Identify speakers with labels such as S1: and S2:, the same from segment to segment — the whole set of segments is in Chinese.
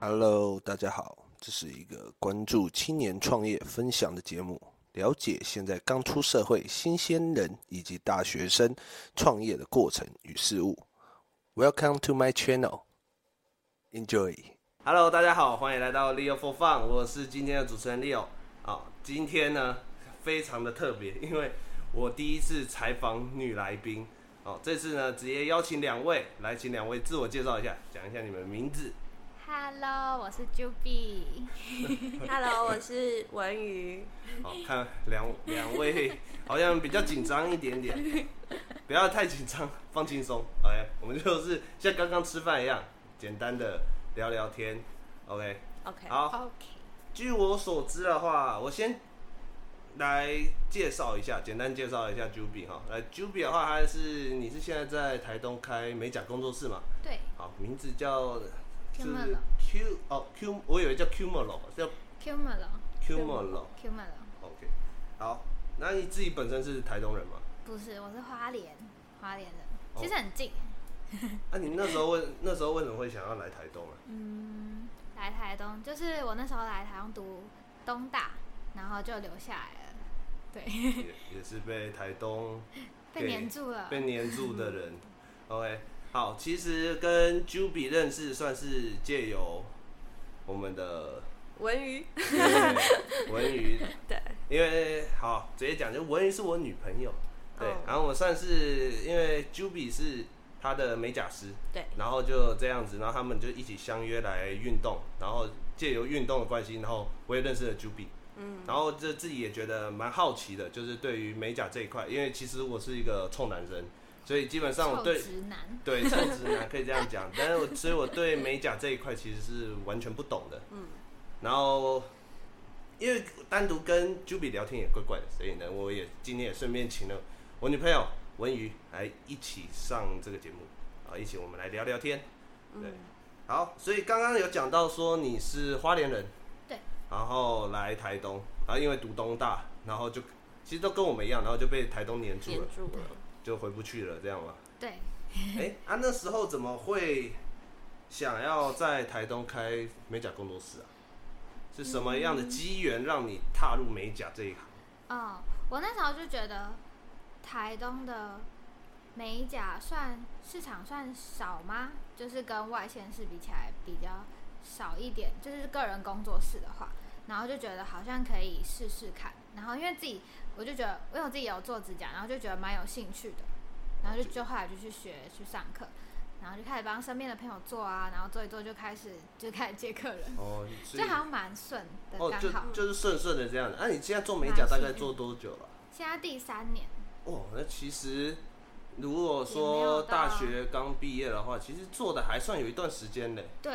S1: Hello，大家好，这是一个关注青年创业分享的节目，了解现在刚出社会新鲜人以及大学生创业的过程与事物。Welcome to my channel. Enjoy.
S2: Hello，大家好，欢迎来到 Leo for Fun，我是今天的主持人 Leo。啊，今天呢非常的特别，因为我第一次采访女来宾。哦，这次呢直接邀请两位来，请两位自我介绍一下，讲一下你们的名字。
S3: Hello，我是 Juby。
S4: Hello，我是文瑜。
S2: 好、看两两位好像比较紧张一点点，不要太紧张，放轻松。OK，我们就是像刚刚吃饭一样，简单的聊聊天。OK，
S4: OK，
S2: 好，
S3: OK，
S2: 据我所知的话，我先来介绍一下，简单介绍一下 Juby 哈。来，Juby 的话，他是你是现在在台东开美甲工作室嘛？
S3: 对
S2: 好，名字叫是
S3: Cumolo
S2: Q 哦 Q，我以为叫 Cumolo，叫
S3: ，Cumalo，Cumalo，Cumalo，
S2: Cumolo。OK，好，那你自己本身是台东人吗？
S3: 不是，我是花莲，花莲人，
S2: 哦
S3: 其实很近。
S2: 啊，你那时候为那时候为什么会想要来台东啊？
S3: 嗯，来台东就是我那时候来台东读东大，然后就留下来了。对，
S2: 也也是被台东
S3: 被黏住了。
S2: 被黏住的人。OK，好，其实跟 Juby 认识算是借由我们的
S4: 文瑜。
S2: 文瑜，
S4: 对，
S2: 因为好直接讲，就文瑜是我女朋友，对，
S4: 哦
S2: 然后我算是因为 Juby 是她的美甲师，
S4: 对，
S2: 然后就这样子，然后他们就一起相约来运动，然后借由运动的关系，然后我也认识了 Juby。嗯，然后这自己也觉得蛮好奇的，就是对于美甲这一块，因为其实我是一个臭男生，所以基本上我
S3: 臭
S2: 对
S3: 直男，
S2: 对，臭直男可以这样讲，但是我所以我对美甲这一块其实是完全不懂的。嗯，然后因为单独跟 Juby 聊天也怪怪的，所以呢，我也今天也顺便请了我女朋友文瑜来一起上这个节目啊，一起我们来聊聊天。
S4: 嗯
S2: 对，好，所以刚刚有讲到说你是花莲人，
S3: 对，
S2: 然后来台东，然后因为读东大，然后就其实都跟我们一样，然后就被台东黏住
S4: 黏
S2: 了，
S4: 住了。
S2: 就回不去了，这样吗？
S3: 对，
S2: 哎、啊，那时候怎么会想要在台东开美甲工作室啊？是什么样的机缘让你踏入美甲这一行？
S3: 嗯，我那时候就觉得台东的美甲算市场算少吗？就是跟外县市比起来比较少一点，就是个人工作室的话，然后就觉得好像可以试试看。然后因为自己，我就觉得因为我自己有做指甲，然后就觉得蛮有兴趣的，然后就就后来就去学去上课，然后就开始帮身边的朋友做啊，然后做一做就开始就开始接客人，
S2: 哦，所
S3: 就
S2: 以
S3: 好像蛮顺的，
S2: 哦，
S3: 刚好。
S2: 就就是顺顺的这样的。那、啊你现在做美甲大概做多久了？啊
S3: 现在第三年，
S2: 哦，那其实如果
S3: 也没
S2: 说
S3: 有到
S2: 大学刚毕业的话，其实做的还算有一段时间嘞。
S3: 对，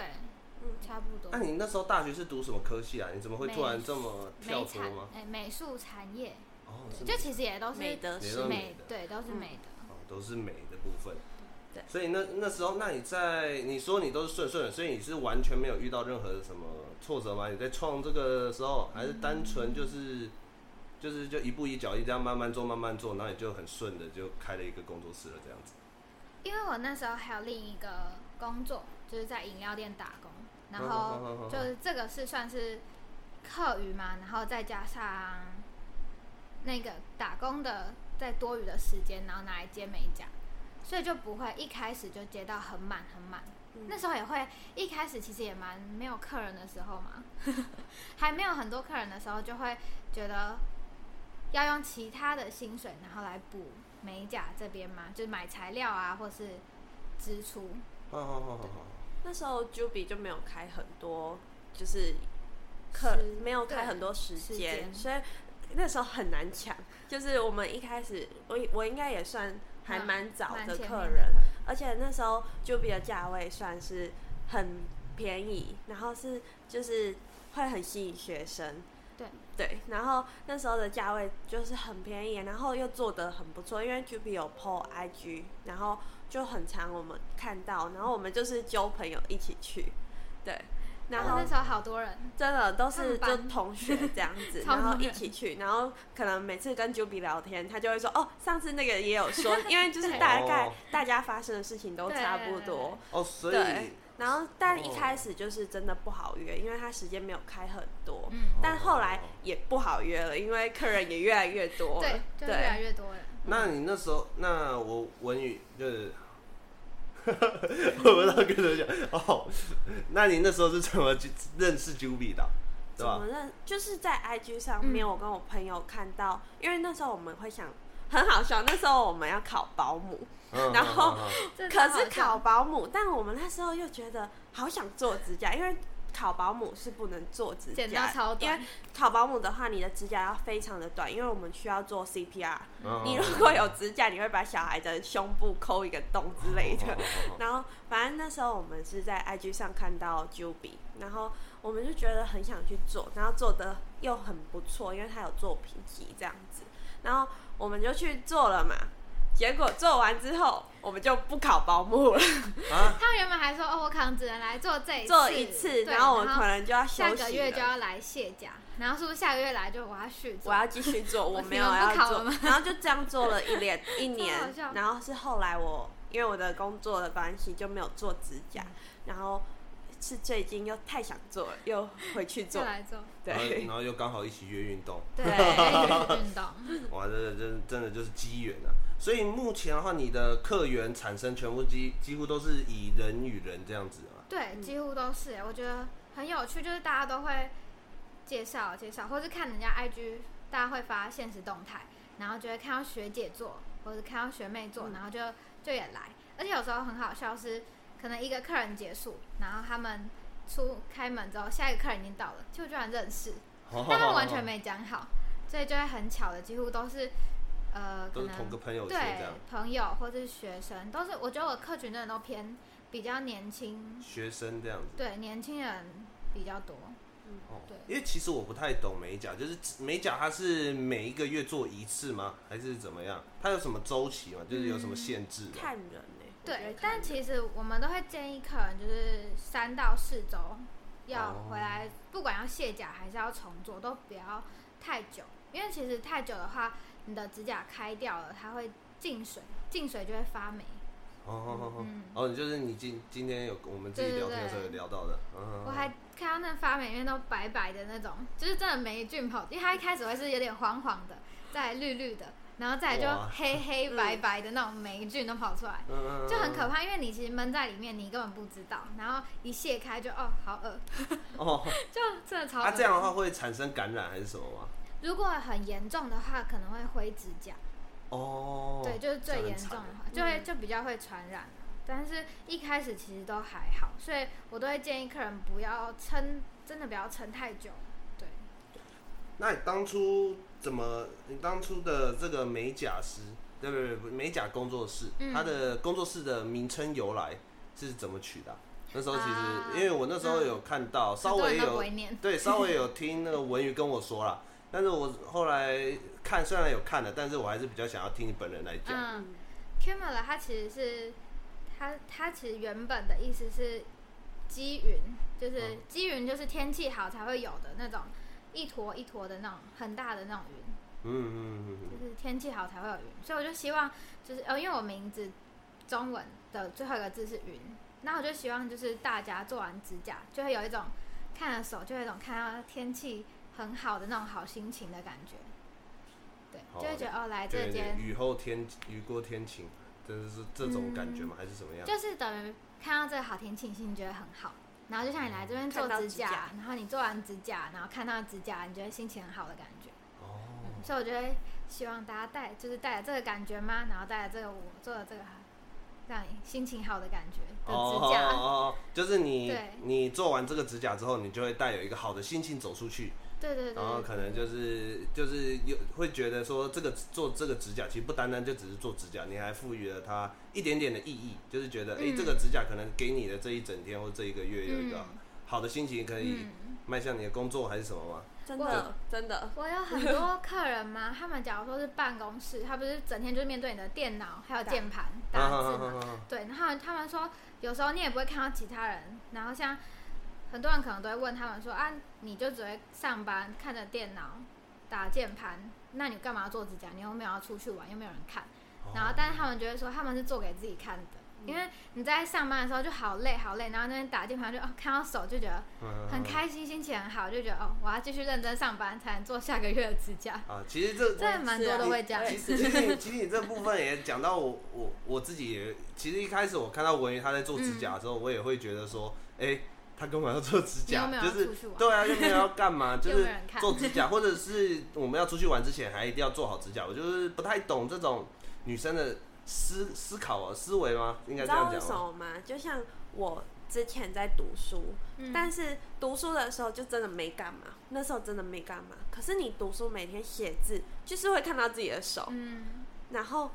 S4: 嗯
S3: 差不多。
S2: 那、你那时候大学是读什么科系啊？你怎么会突然这么跳
S3: 美
S2: 脱
S3: 产
S2: 吗？
S3: 哎、美术产业，
S2: 哦，是
S3: 就其实也都是
S4: 美德
S2: 也
S4: 是
S2: 都是美
S3: 美
S2: 的
S3: 对，都是美的。
S2: 哦，都是美的部分。
S4: 对
S2: 所以那那时候，那你在你说你都是顺顺的，所以你是完全没有遇到任何什么挫折吗？你在创这个的时候，还是单
S3: 嗯
S2: 纯就是、就是就一步一脚印这样慢慢做，慢慢做，然后你就很顺的就开了一个工作室了，这样子。
S3: 因为我那时候还有另一个工作，就是在饮料店打工，然
S2: 好好好 好
S3: 后就是这个是算是课余嘛，然后再加上那个打工的在多余的时间，然后拿来接美甲，所以就不会一开始就接到很满很满。
S4: 嗯
S3: 那时候也会一开始其实也蛮没有客人的时候嘛， 还没有很多客人的时候，就会觉得要用其他的薪水，然后来补美甲这边嘛，就是买材料啊，或是支出。
S2: 好好好好好。
S4: 那时候 Juby 就没有开很多，就是课
S3: 时
S4: 没有开很多时
S3: 时
S4: 间，
S3: 间
S4: 所以那时候很难抢。就是我们一开始，我我应该也算还蛮早
S3: 嗯蛮
S4: 的
S3: 前面
S4: 客
S3: 的
S4: 人，而且那时候 Juby 的价位算是很便宜，然后是就是会很吸引学生。
S3: 对
S4: 对，然后那时候的价位就是很便宜，然后又做得很不错，因为 Juby 有 PO IG，然后就很常我们看到，然后我们就是揪朋友一起去，对，然
S3: 那
S4: 后
S3: 那时候好多人，
S4: 真的都
S3: 他
S4: 是
S3: 们班
S4: 就同学这样 子，
S3: 超
S4: 然后
S3: 多
S4: 一
S3: 人
S4: 起去，然后可能每次跟 Juby 聊天，他就会说哦，上次那个也 有说，因为就是
S3: 对
S4: 大概
S2: 哦
S4: 大家发生的事情都
S3: 对
S4: 差不多，
S2: 哦，所以
S4: 对。然后但一
S2: 哦
S4: 开始就是真的不好约，因为他时间没有开很多，
S3: 嗯，
S4: 但后来也不好约了，因为客人也越来越多了
S3: 对，，就越来越多人。
S2: 那你那时候，那我文宇就是， 我不知道跟谁讲哦。那你那时候是怎么去认识 Juby 的啊，对
S4: 怎
S2: 吧
S4: 么？认？就是在 IG 上面，
S3: 嗯
S4: 我跟我朋友看到，因为那时候我们会想很好笑，那时候我们要考保姆，
S2: 嗯
S4: 然后
S2: 嗯嗯嗯
S3: 这
S4: 可
S3: 超好
S4: 是
S3: 笑
S4: 考保姆，但我们那时候又觉得好想做指甲，因为考保姆是不能做指
S3: 剪刀
S4: 甲，
S3: 超
S4: 因为
S3: 短，
S4: 考保姆的话，你的指甲要非常的短，因为我们需要做 CPR。
S2: 嗯
S4: 你如果有指甲，你会把小孩的胸部抠一个洞之类的。
S2: 嗯
S4: 然后反正那时候我们是在 IG 上看到 Juby，然后我们就觉得很想去做，然后做的又很不错，因为他有作品集这样子，然后我们就去做了嘛。结果做完之后，我们就不考保姆了，
S2: 啊，
S3: 他们原本还说哦，我可能只能来做这
S4: 做一次，
S3: 次，对
S4: 然后我可能就要休息
S3: 下
S4: 了。
S3: 个月就要来卸甲，然后是不是下个月来就我要续做？
S4: 我要继续 做，我没有
S3: 你们不
S4: 要
S3: 考
S4: 做
S3: 了吗，
S4: 然后就这样做了一连一 年
S3: 好笑，
S4: 然后是后来我因为我的工作的关系就没有做指甲，
S3: 嗯
S4: 然后是最近又太想做了，又回去
S3: 就
S4: 做，
S3: 来做，
S2: 然后
S4: 对
S2: 然后又刚好一起约运动，
S3: 对，一起运动。
S2: 哇，这个真真的就是机缘啊！所以目前的话，你的客源产生全部几几乎都是以人与人这样子嘛。
S3: 对，几乎都是欸，我觉得很有趣，就是大家都会介绍介绍，或是看人家 IG，大家会发现实动态，然后就会看到学姐做，或者看到学妹做，
S4: 嗯
S3: 然后就就也来，而且有时候很好笑是，可能一个客人结束，然后他们出开门之后，下一个客人已经到了，就居然认识，但他们完全没讲好，所以就会很巧的，几乎都是呃，可
S2: 都是
S3: 能
S2: 同个朋友圈这
S3: 对
S2: 样，
S3: 朋友或是学生，都是我觉得我客群真的都偏比较年轻
S2: 学生这样子。
S3: 对，年轻人比较多。
S2: 哦
S3: 对，
S2: 因为其实我不太懂美甲，就是美甲它是每一个月做一次吗？还是怎么样？它有什么周期吗？就是有什么限制吗？
S4: 看人呢、我觉得
S3: 对，
S4: 看
S3: 但
S4: 人
S3: 其实我们都会建议客人就是三到四周要
S2: 哦
S3: 回来，不管要卸甲还是要重做，都不要太久，因为其实太久的话，你的指甲开掉了，它会进水，进水就会发霉。
S2: 哦哦哦哦
S3: 嗯，
S2: 哦，就是你今今天有我们自己聊天的时候有聊到的，嗯，
S3: 我还看到那发霉面都白白的那种，就是真的霉菌跑，因为它一开始会是有点黄黄的，再来绿绿的，然后再来
S2: 哇
S3: 就黑黑白白的那种霉菌都跑出来。
S2: 嗯
S3: 就很可怕，因为你其实闷在里面，你根本不知道，然后一卸开就哦，好恶，
S2: 哦。
S3: 就真的超恶。
S2: 它啊这样哦的话，会产生感染还是什么吗？
S3: 如果很严重的话，可能会灰指甲，
S2: 哦，
S3: 对，就是最
S2: 这
S3: 严
S2: 样很
S3: 重
S2: 惨
S3: 的
S2: 欸
S3: 话，就会就比较会传染。但是一开始其实都还好，所以我都会建议客人不要撑，真的不要撑太久。对，
S2: 那你当初怎么？你当初的这个美甲师，对不对？不美甲工作室，
S3: 嗯
S2: 它的工作室的名称由来是怎么取的啊、那时候其实，
S3: 啊
S2: 因为我那时候有看到，稍
S3: 很多
S2: 微
S3: 人都不
S2: 有
S3: 会念。
S2: 对，稍微有听那个文宇跟我说 啦，但是我后来看，虽然有看了，但是我还是比较想要听你本人来讲。
S3: 嗯 c a m e l a 它其实是它它其实原本的意思是积云，就是
S2: 嗯
S3: 积云就是天气好才会有的那种一坨一坨的那种很大的那种云，
S2: 嗯嗯嗯
S3: 就是天气好才会有云，所以我就希望就是呃，因为我名字中文的最后一个字是云，那我就希望就是大家做完指甲就会有一种看了手就有一种看到天气很好的那种好心情的感觉。对，
S2: 好
S3: 就会觉得哦，来
S2: 嗯，就有
S3: 这
S2: 点
S3: 间
S2: 雨后天雨过天晴，真的是这种感觉吗？还是什么样？
S3: 就是等于看到这个好天气，心情觉得很好。然后就像你来这边做
S4: 看到
S3: 指
S4: 指
S3: 甲，
S4: 甲
S3: 然后你做完指甲，然后看到指甲，你觉得心情很好的感觉。
S2: 哦，
S3: 所以我觉得希望大家带，就是带着这个感觉吗？然后带着这个我做的这个，让你心情好的感觉的指甲。
S2: 哦哦哦，就是你
S3: 对
S2: 你做完这个指甲之后，你就会带有一个好的心情走出去，
S3: 对对对
S2: 然后
S3: 对
S2: 可能就是就是有会觉得说这个做这个指甲其实不单单就只是做指甲，你还赋予了它一点点的意义，就是觉得哎、诶
S3: 嗯
S2: 这个指甲可能给你的这一整天或这一个月有一个
S3: 嗯
S2: 好的心情，可以
S3: 嗯，
S2: 迈向你的工作还是什么吗？
S4: 真的真的，
S3: 我有很多客人嘛，他们假如说是办公室，他不是整天就是面对你的电脑还有键盘
S2: 啊
S3: 打字嘛，对，然后他们说有时候你也不会看到其他人，然后像很多人可能都会问他们说啊，你就只会上班看着电脑打键盘，那你干嘛做指甲？你又没有要出去玩，又没有人看。
S4: 哦
S3: 然后，但是他们就会说他们是做给自己看的，因
S4: 嗯
S3: 为你在上班的时候就好累好累，然后那边打键盘就哦看到手就觉得
S2: 嗯
S3: 很开心，心情很好，就觉得哦我要继续认真上班才能做下个月的指甲。
S2: 啊，其实这
S3: 这还蛮多都会这样
S4: 我也
S2: 哎
S4: 啊
S2: 其实其实你其实你这部分也讲到我我我自己也，其实一开始我看到文宇他在做指甲的时候，我也会觉得说，哎、他干嘛要做指
S3: 嗯你又
S2: 甲？
S3: 没有
S2: 就
S3: 要
S2: 是
S3: 出去玩
S2: 对啊，又没有要干 嘛？就
S3: 又没有
S2: 是
S3: 人看
S2: 做指甲，或者是我们要出去玩之前还一定要做好指甲。我就是不太懂这种女生的思思考啊思维吗？应
S4: 你
S2: 该
S4: 知
S2: 这
S4: 道
S2: 样
S4: 为
S2: 讲
S4: 什
S2: 吗？
S4: 么吗？就像我之前在读书，
S3: 嗯
S4: 但是读书的时候就真的没干嘛，那时候真的没干嘛。可是你读书每天写字，就是会看到自己的手，
S3: 嗯，
S4: 然后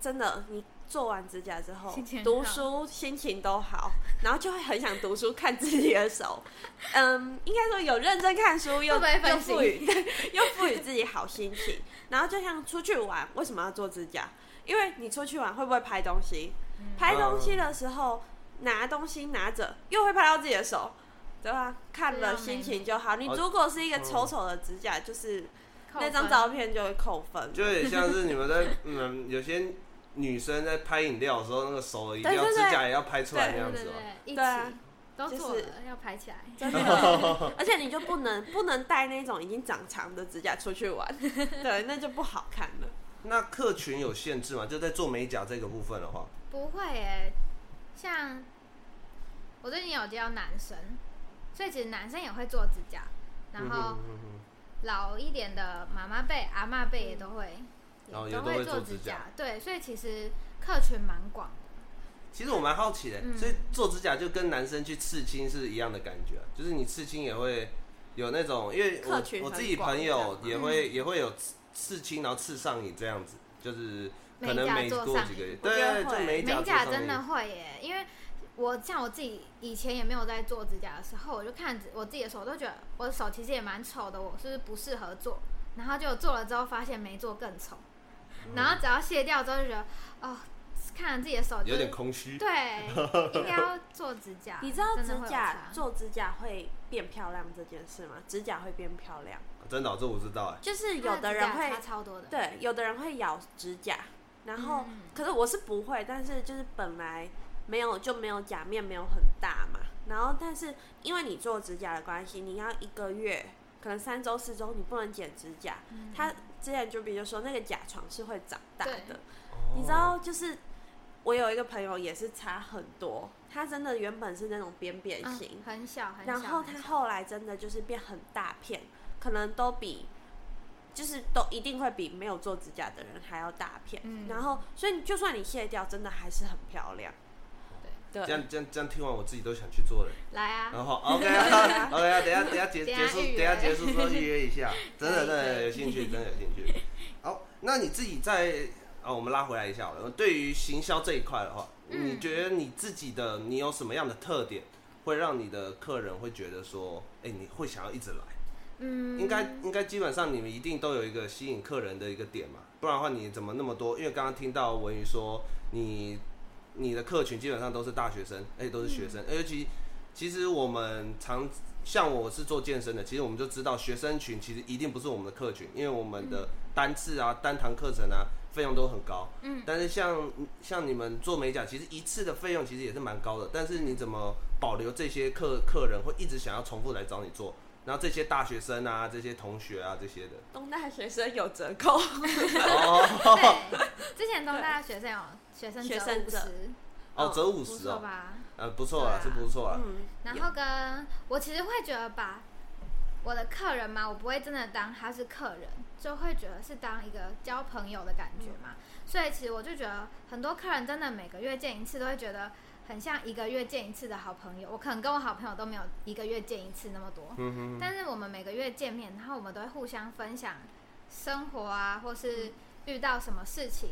S4: 真的你做完指甲之后
S3: 心情，很
S4: 读
S3: 好
S4: 书心情都好，然后就会很想读书，看自己的手。 嗯，应该说有认真看书，
S3: 会
S4: 又
S3: 不会
S4: 又
S3: 分
S4: 赋予 对又赋予自己好心情。然后就像出去玩，为什么要做指甲？因为你出去玩会不会拍东西？
S3: 嗯
S4: 拍东西的时候、拿东西拿着，又会拍到自己的手。对吧？看
S3: 这
S4: 了
S3: 样
S4: 心
S3: 啊没
S4: 情就好。你
S2: 哦
S4: 如果是一个丑丑的指甲，就是
S3: 扣
S4: 那张
S3: 分
S4: 照片就会扣分。
S2: 就有点像是你们在嗯，有些女生在拍饮料的时候，那个手一定要
S4: 对
S2: 指
S4: 对对
S2: 甲也要拍出来那
S4: 对
S2: 样
S3: 对
S2: 子
S3: 对
S2: 哦。
S3: 对，一
S4: 对啊
S3: 起都
S4: 就
S3: 做
S4: 是
S3: 了，要排起来。
S4: 真 的，而且你就不能不能带那种已经长长的指甲出去 玩，对，那就不好看了。
S2: 那客群有限制吗？就在做美甲这个部分的话，
S3: 不会诶、像我最近有接到男生，所以其实男生也会做指甲，然后
S2: 嗯哼
S3: 老一点的妈妈辈、阿嬷辈也都会，
S2: 然嗯哦后也
S3: 都
S2: 都会
S3: 做
S2: 做指甲
S3: 甲。对，所以其实客群蛮广的。
S2: 其实我蛮好奇的，
S3: 嗯
S2: 所以做指甲就跟男生去刺青是一样的感觉啊、就是你刺青也会有那种，因为
S4: 客
S2: 我
S4: 群
S2: 我
S4: 很
S2: 自己
S4: 广
S2: 朋友
S4: 这
S2: 也会、
S3: 嗯
S2: 也会有刺刺青，然后刺上瘾这样子，就是可能每
S3: 美甲做
S2: 过
S3: 上
S2: 几
S3: 瘾
S2: 个月，
S4: 我觉得
S2: 对，
S4: 会。
S2: 就美甲
S3: 美
S2: 做
S3: 甲
S2: 上
S3: 真的
S2: 瘾。
S3: 会耶、因为我像我自己以前也没有在做指甲的时候，我就看着我自己的手，我都觉得我的手其实也蛮丑的，我是不是不适合做？然后就做了之后发现没做更丑，
S2: 嗯
S3: 然后只要卸掉之后就觉得哦，看着自己的手就
S2: 有点
S3: 是
S2: 空虚，
S3: 对，应该要做指甲
S4: 你知道
S3: 啊真的
S4: 指
S3: 会有
S4: 甲
S3: 差
S4: 做指甲会变漂亮这件事吗？指甲会变漂亮，
S2: 真的哦、这我知道哎。
S4: 就是
S3: 它
S4: 有的
S3: 指
S4: 人
S3: 甲
S4: 会
S3: 差超多的，
S4: 对，有的人会咬指甲，然后、
S3: 嗯
S4: 可是我是不会，但是就是本来没有就没有甲面没有很大嘛，然后但是因为你做指甲的关系，你要一个月可能三周四周你不能剪指甲，
S3: 嗯
S4: 他之前就比如说那个甲床是会长大的
S3: 对，
S4: 你知
S2: 哦
S3: 哦
S4: 道就是。我有一个朋友也是差很多，他真的原本是那种扁扁
S3: 嗯
S4: 型，
S3: 很小很小。
S4: 然后
S3: 很
S4: 它
S3: 小
S4: 后来真的就是变很大片，可能都比就是都一定会比没有做指甲的人还要大片。
S3: 嗯
S4: 然后，所以你就算你卸掉，真的还是很漂亮。对
S2: 这样这样这样听完我自己都想去做了。
S3: 来啊，
S2: 然后 OK 啊 OK 啊，等一下等一下结
S3: 等一
S2: 结
S3: 下
S2: 束，
S3: 预
S2: 等
S3: 约
S2: 一下结束之后预约一下， 真的真
S3: 可以
S2: 的
S3: 可以
S2: 有兴趣，真的有兴趣。好，那你自己在哦，我们拉回来一下好了。对于行销这一块的话，
S3: 嗯
S2: 你觉得你自己的你有什么样的特点，会让你的客人会觉得说，哎，你会想要一直来？
S3: 嗯，
S2: 应该应该基本上你们一定都有一个吸引客人的一个点嘛，不然的话你怎么那么多？因为刚刚听到文宇说你你的客群基本上都是大学生，而且都是学
S3: 嗯
S2: 生，尤其其实我们常像我是做健身的，其实我们就知道学生群其实一定不是我们的客群，因为我们的单次啊、单堂课程啊费用都很高。
S3: 嗯，
S2: 但是像像你们做美甲，其实一次的费用其实也是蛮高的，但是你怎么保留这些客客人会一直想要重复来找你做？然后这些大学生啊，这些同学啊，这些 的
S4: 东大学生有折扣，
S2: 哦
S3: 对，之前东大的学生有学生
S4: 学生
S3: 折
S4: 折
S3: 五十，
S2: 哦，折五
S3: 不
S2: 十
S3: 错
S2: 哦，
S3: 吧？
S2: 呃，不错啊，是
S3: 对啊
S2: 不错啊，
S4: 嗯，
S3: 然后跟我其实会觉得把我的客人嘛，我不会真的当他是客人，就会觉得是当一个交朋友的感觉嘛。所以其实我就觉得很多客人真的每个月见一次，都会觉得很像一个月见一次的好朋友。我可能跟我好朋友都没有一个月见一次那么多，
S2: 嗯哼，
S3: 但是我们每个月见面，然后我们都会互相分享生活啊，或是遇到什么事情，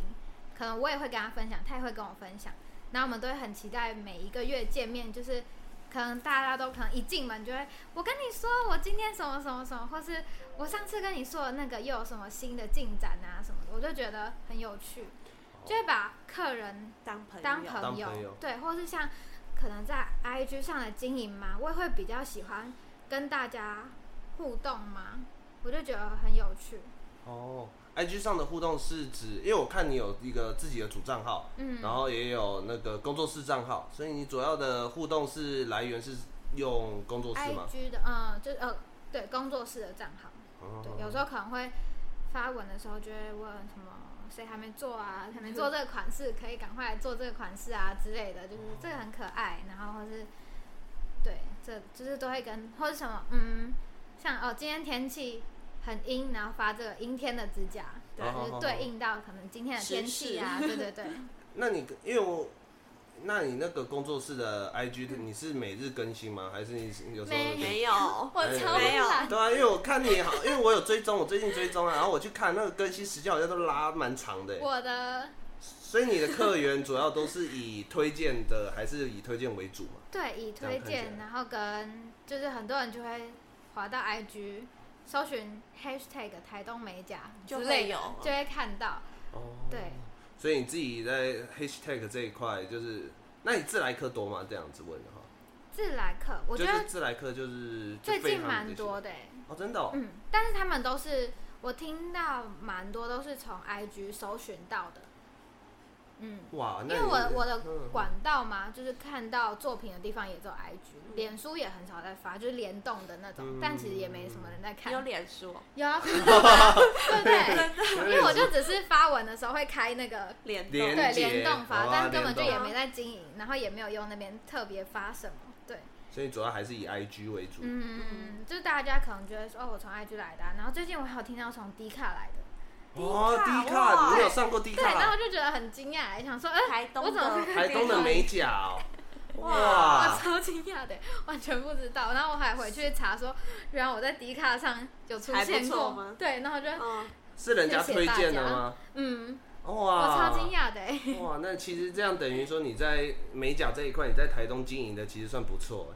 S3: 可能我也会跟他分享，他也会跟我分享，然后我们都会很期待每一个月见面，就是可能大家都可能一进门就会，我跟你说我今天什么什么什么，或是我上次跟你说的那个又有什么新的进展啊什么的，我就觉得很有趣，就会把客人
S4: 当朋友，
S3: 当
S2: 当
S3: 朋
S2: 朋友
S3: 对，或是像可能在 IG 上的经营嘛，我也会比较喜欢跟大家互动嘛，我就觉得很有趣。
S2: 哦，IG 上的互动是指，因为我看你有一个自己的主账号，
S3: 嗯，
S2: 然后也有那个工作室账号，所以你主要的互动是来源是用工作室吗？
S3: IG 的，嗯，就是呃，对，工作室的账号，
S2: 哦
S3: 对，哎有时候可能会发文的时候就会问什么谁还没做啊，还没做这个款式，可以赶快来做这个款式啊之类的，就是这个很可爱，然后或是对，这就是都会跟或是什么，嗯，像哦，今天天气很阴，然后发这个阴天的指甲，
S4: 对
S2: 好好
S3: 就是
S2: 好
S3: 对应到可能今天的天气啊，对对对，
S2: 那你因为我，那你那个工作室的 IG，你是每日更新吗？还是你是有时候会更新
S4: 没有，
S3: 我超
S4: 没有
S3: 懒，
S2: 对啊，因为我看你好，因为我有追踪，我最近追踪啊，然后我去看那个更新时间好像都拉蛮长的耶，欸
S3: 我的
S2: 所以你的客源主要都是以推荐的，还是以推荐为主嘛？
S3: 对，以
S2: 这样
S3: 推
S2: 看起来
S3: 荐，然后跟就是很多人就会滑到 IG，搜寻 hashtag 台东美甲
S4: 就
S3: 之
S4: 会
S3: 类的
S4: 有
S3: 就会看到。
S2: 哦，
S3: 对，
S2: 所以你自己在 hashtag 这一块，就是那你自来客多吗？这样子问的话，
S3: 自来客，我觉
S2: 就是
S3: 得
S2: 自来客就是就
S3: 最
S2: 非
S3: 近
S2: 常
S3: 蛮
S2: 的
S3: 多的欸、
S2: 哦，真的、哦，
S3: 嗯，但是他们都是我听到蛮多都是从 IG 搜寻到的，嗯。
S2: 哇，
S3: 因
S2: 那
S3: 为
S2: 你
S3: 我我的
S2: 嗯
S3: 管道嘛，就是看到作品的地方也只有
S2: 嗯
S3: IG，脸书也很少在发，就是联动的那种，但其实也没什么人在看。
S4: 有脸书哦，
S3: 有啊，对不对？
S2: 因
S3: 因为我就只是发文的时候会开那个
S4: 脸
S2: 连
S4: 动
S3: 对
S2: 结
S3: 联动发
S2: 哦，
S3: 但根本就
S2: 联
S3: 也
S2: 动
S3: 没在经营，然后也没有用那边特别发什么。对，
S2: 所以主要还是以 IG 为主。
S3: 嗯，就是大家可能觉得说，哦，我从 IG 来的啊、然后最近我还有听到从 D 卡来的，
S2: 哦，
S4: 迪
S2: 迪
S4: 卡哇
S2: 卡，你有上过迪
S3: 对，然后
S2: 卡？啊
S3: 我就觉得很惊讶，想说，哎、
S4: 台东
S3: 我怎么
S4: 的
S3: 会
S2: 台东的美甲哦，
S3: 我
S2: 哇，
S3: 超惊讶的，完全不知道。然后我还回去查说，原来我在 D 卡上有出
S4: 还不
S3: 现
S4: 错
S3: 过
S4: 吗，
S3: 对，然后我就
S4: 嗯，
S2: 是人家推荐的吗？
S3: 嗯，我
S2: 哇，
S3: 超惊讶的，哎
S2: 讶！哇，那其实这样等于说你在美甲这一块，你在台东经营的其实算不错哎，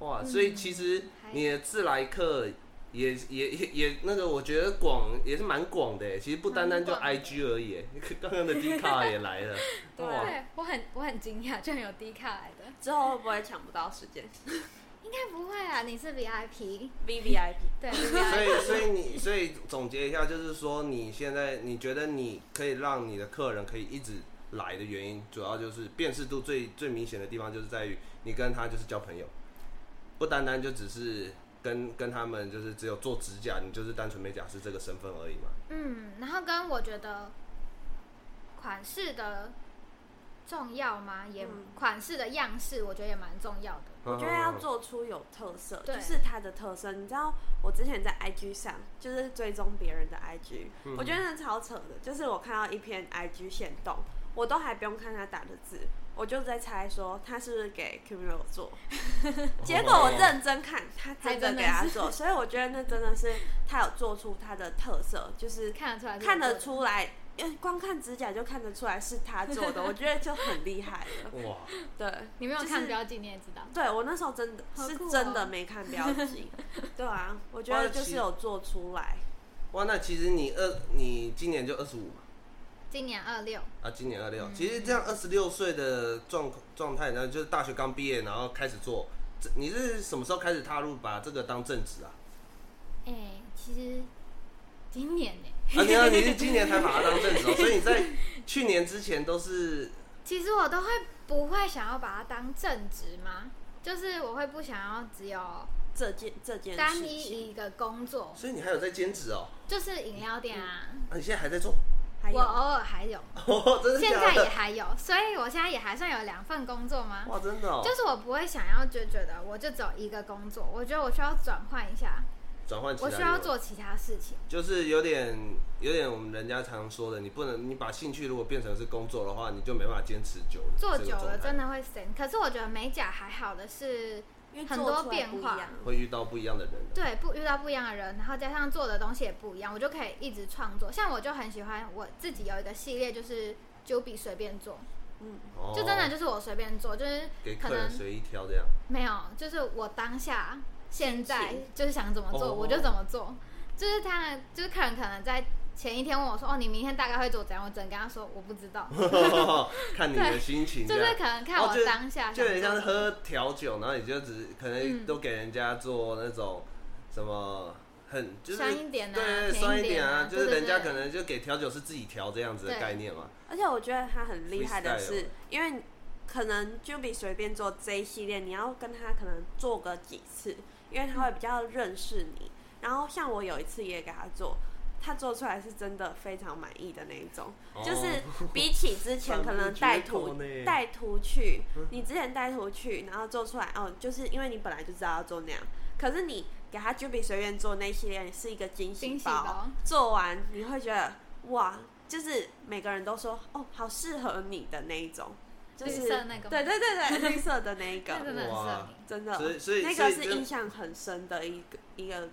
S3: 嗯
S2: 哇！所以其实你的自来客也也也也那个，我觉得广也是蛮广的哎，其实不单单就
S3: 蛮广的
S2: IG 而已哎，刚刚的迪卡也来了，
S4: 对
S2: 哇！
S3: 对我很我很惊讶，居然有 D 卡来的。
S4: 之后会不会抢不到时间
S3: 应该不会啊，你是 VIP，
S4: ？V V I P，
S3: 对
S2: 所
S3: VIP，
S2: 以，所以你，所以总结一下，就是说，你现在你觉得你可以让你的客人可以一直来的原因，主要就是辨识度最最明显的地方，就是在于你跟他就是交朋友，不单单就只是跟跟他们就是只有做指甲，你就是单纯美甲师这个身份而已嘛。
S3: 嗯，然后跟我觉得款式的重要吗？也、
S4: 嗯
S3: 款式的样式，我觉得也蛮重要的。
S2: 哦
S4: 我觉得要做出有特色，
S3: 对
S4: 就是它的特色。你知道，我之前在 IG 上就是追踪别人的 IG，、我觉得那超扯的。就是我看到一篇 IG 线动，我都还不用看他打的字，我就在猜说他是不是给 Kimilo 做。 结果我认真看，他真的给他做，所以我觉得那真的是他有做出他的特色，就是
S3: 看得出来是我做的，
S4: 看得出来，因为光看指甲就看得出来是他做 的，我觉得就很厉害了。
S2: 哇，
S4: 对，
S3: 你没有
S4: 就是
S3: 看标记，你也知道。
S4: 对我那时候真的
S3: 好
S4: 是
S3: 酷哦
S4: 真的没看 标记，对啊，我觉
S2: 哇
S4: 得
S2: 其
S4: 就是有做出来，
S2: 哇，那其实你二，你今年就二十五嘛。
S3: 今年二六，
S2: 啊，今年二六，
S3: 嗯
S2: 其实这样二十六岁的状状态，然后就是大学刚毕业，然后开始做，这你是什么时候开始踏入把这个当正 职啊？
S3: 哎、其实今年呢、
S2: 啊，你要你是今年才把它当正职、 哦，所以你在去年之前都是
S3: 其实我都会不会想要把它当正职吗？就是我会不想要只有
S4: 这件这件
S3: 单
S4: 事情
S3: 一一个工作，
S2: 所以你还有在兼职哦？
S3: 就是饮料店啊，
S2: 啊，你现在还在做？
S4: 嗯还有
S3: 我偶尔还有。
S2: 哦，真的
S3: 现
S2: 假
S3: 在也
S2: 的？
S3: 还有，所以我现在也还算有两份工作吗？
S2: 哇，真的哦
S3: 就！是我不会想要就觉得我就只有一个工作，我觉得我需要转换一下，
S2: 转换其他
S3: 我
S2: 地
S3: 需
S2: 方
S3: 要，做其他事情。
S2: 哦就是有点有点我们人家常说的，你不能你把兴趣如果变成是工作的话，你就没办法坚持久了。
S3: 做久了真
S2: 的
S3: 的会神，可是我觉得美甲还好的是，
S4: 因为
S3: 很
S4: 做
S3: 多
S4: 出来
S3: 变
S4: 不一
S3: 化
S4: 样
S2: 会遇到不一样的人的。
S3: 对不遇到不一样的人，然后加上做的东西也不一样，我就可以一直创作。像我就很喜欢我自己有一个系列，就是九笔随便做，
S4: 嗯，
S2: 哦
S3: 就真的就是我随便做，就是
S2: 给
S3: 可
S2: 客人
S3: 能
S2: 随意挑这样。
S3: 没有，就是我当下现在
S4: 心情
S3: 就是想怎么做，
S2: 哦
S3: 我就怎么做。就是他，就是客人可能在前一天问我说：“哦，你明天大概会做怎样？”我只能跟他说：“我不 知道。
S2: 啊哦看你的心”情
S3: 就
S2: 这样
S3: 是。可能看
S2: 哦
S3: 我
S2: 就
S3: 当下想
S2: 就
S3: 做
S2: 有
S3: 什么，
S2: 点像是喝调酒，然后你就只可能
S3: 嗯
S2: 都给人家做那种什么很就是
S3: 酸一点啊
S2: 对对
S3: 甜一
S2: 酸一
S3: 点
S2: 点
S3: 啊
S2: 就是
S3: 对对
S2: 人家可
S3: 对
S2: 能就给调酒是自己调这样子的
S3: 对
S2: 概念嘛。
S4: 而且我觉得他很厉害的
S2: Freestyle
S4: 是，因为可能 Juby 随便做这一系列，你要跟他可能做个几次，因为他会比较认识你。然后像我有一次也给他做，他做出来是真的非常满意的那一种，
S2: 哦
S4: 就是比起之前
S2: 赞
S4: 可
S2: 不
S4: 能
S2: 绝
S4: 带
S2: 口
S4: 图
S2: 呢嗯
S4: 带图去，你之前带图去，然后做出来哦，就是因为你本来就知道要做那样，可是你给他 Juby 随便做那一系列是一个惊喜
S3: 惊喜
S4: 包，
S3: 包
S4: 做完你会觉得哇，就是每个人都说哦，好适合你的那一种，就
S3: 绿
S4: 是
S3: 色那个吗
S4: 对对对对，绿色的那一
S3: 这真
S4: 个，
S3: 的很
S2: 哇
S3: 色你。
S4: 真的，
S2: 所以所以
S4: 那
S2: 所
S4: 个
S2: 以
S4: 是
S2: 就
S4: 印象很深的一个一个，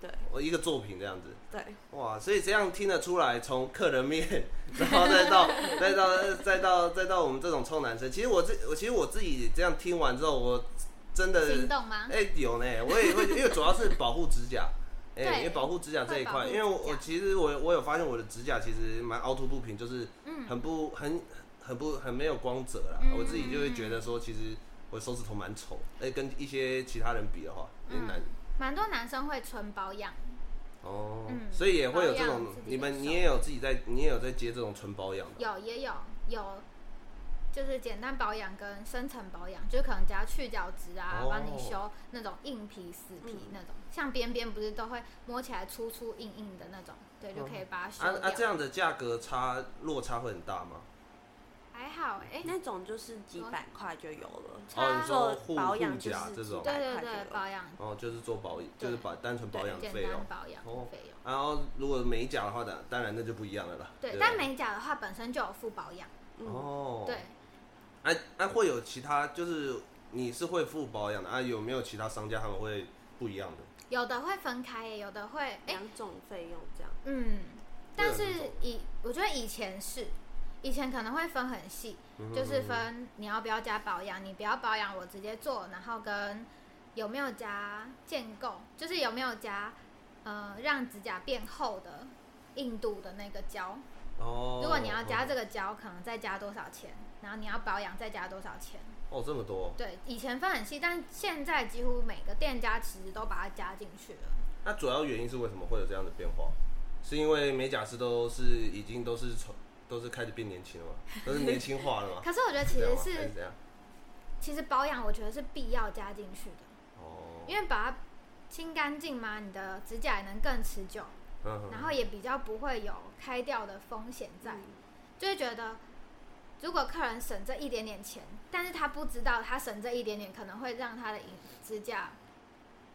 S4: 对
S2: 我一个作品这样子。
S4: 对，
S2: 哇，所以这样听得出来，从客人面，然后再 到再到再到再到我们这种臭男生，其实我自我其实我自己这样听完之后，我真的
S3: 行动吗
S2: 哎、有呢， 我也会，因为主要是保护指甲，哎、
S3: 对
S2: 因为保护指甲这一
S3: 会保
S2: 块，
S3: 护
S2: 因为我
S3: 指甲
S2: 我其实我我有发现我的指甲其实蛮凹凸不平，就是很不很很不很没有光泽啦、
S3: 嗯
S2: 我自己就会觉得说，其实我手指头蛮丑，哎、跟一些其他人比的话，
S3: 嗯
S2: 有点难。
S3: 蛮多男生会纯保养，
S2: 哦，
S3: 嗯
S2: 所以也会有这
S3: 保
S2: 种
S3: 养自，己的
S2: 你们
S3: 手
S2: 你也有自己在，你也有在接这种纯保养的，
S3: 有也有有，就是简单保养跟深层保养，就是可能只要去角质啊，
S2: 哦
S3: 帮、你修那种硬皮、死皮那种，像边边不是都会摸起来粗粗硬硬的那种，对，就可以把它修
S2: 啊
S3: 掉。
S2: 啊，这样的价格差落差会很大吗？
S3: 还好哎、
S4: 那种就是几百块就有了。
S3: 差
S2: 哦，你说
S4: 做
S2: 护
S4: 保
S2: 护
S4: 养就
S2: 甲
S4: 是
S2: 这种，
S3: 对对
S4: 百块
S3: 对，
S4: 左右
S3: 保养
S2: 哦，就是做保，就
S3: 对
S2: 是把单纯保养
S3: 对
S2: 费
S3: 简
S2: 用
S3: 单。保养
S2: 哦
S3: 费用。
S2: 然后如果美甲的话，当当然那就不一样了啦。
S3: 对，
S2: 不
S3: 但美甲的话本身就有附保养，
S4: 嗯
S2: 哦，
S3: 对，，
S2: 哎、啊、哎、会有其他就是你是会付保养的啊？有没有其他商家他们会不一样的？
S3: 有的会分开耶，有的会哎、
S4: 两种费用这样，
S3: 嗯，但是
S2: 会有啊那种
S3: 以我觉得以前是，以前可能会分很细，
S2: 嗯
S3: 就是分你要不要加保养，你不要保养我直接做，然后跟有没有加建构，就是有没有加呃让指甲变厚的硬度的那个胶，
S2: 哦，
S3: 如果你要加这个胶，可能再加多少钱，然后你要保养再加多少钱。
S2: 哦，这么多。
S3: 对，以前分很细，但现在几乎每个店家其实都把它加进去了。
S2: 那主要原因是为什么会有这样的变化？是因为美甲师都是已经都是从都是开始变年轻了嘛，都是年轻化了 嘛？
S3: 可是我觉得其
S2: 这样
S3: 实
S2: 吗还
S3: 是
S2: 哦是啊哦怎样？
S3: 其实保养，我觉得是必要加进去的，
S2: 哦，
S3: 因为把它清干净嘛，你的指甲也能更持久，
S2: 嗯哼
S3: 然后也比较不会有开掉的风险在，
S4: 嗯
S3: 就会觉得。如果客人省这一点点钱，但是他不知道他省这一点点可能会让他的指甲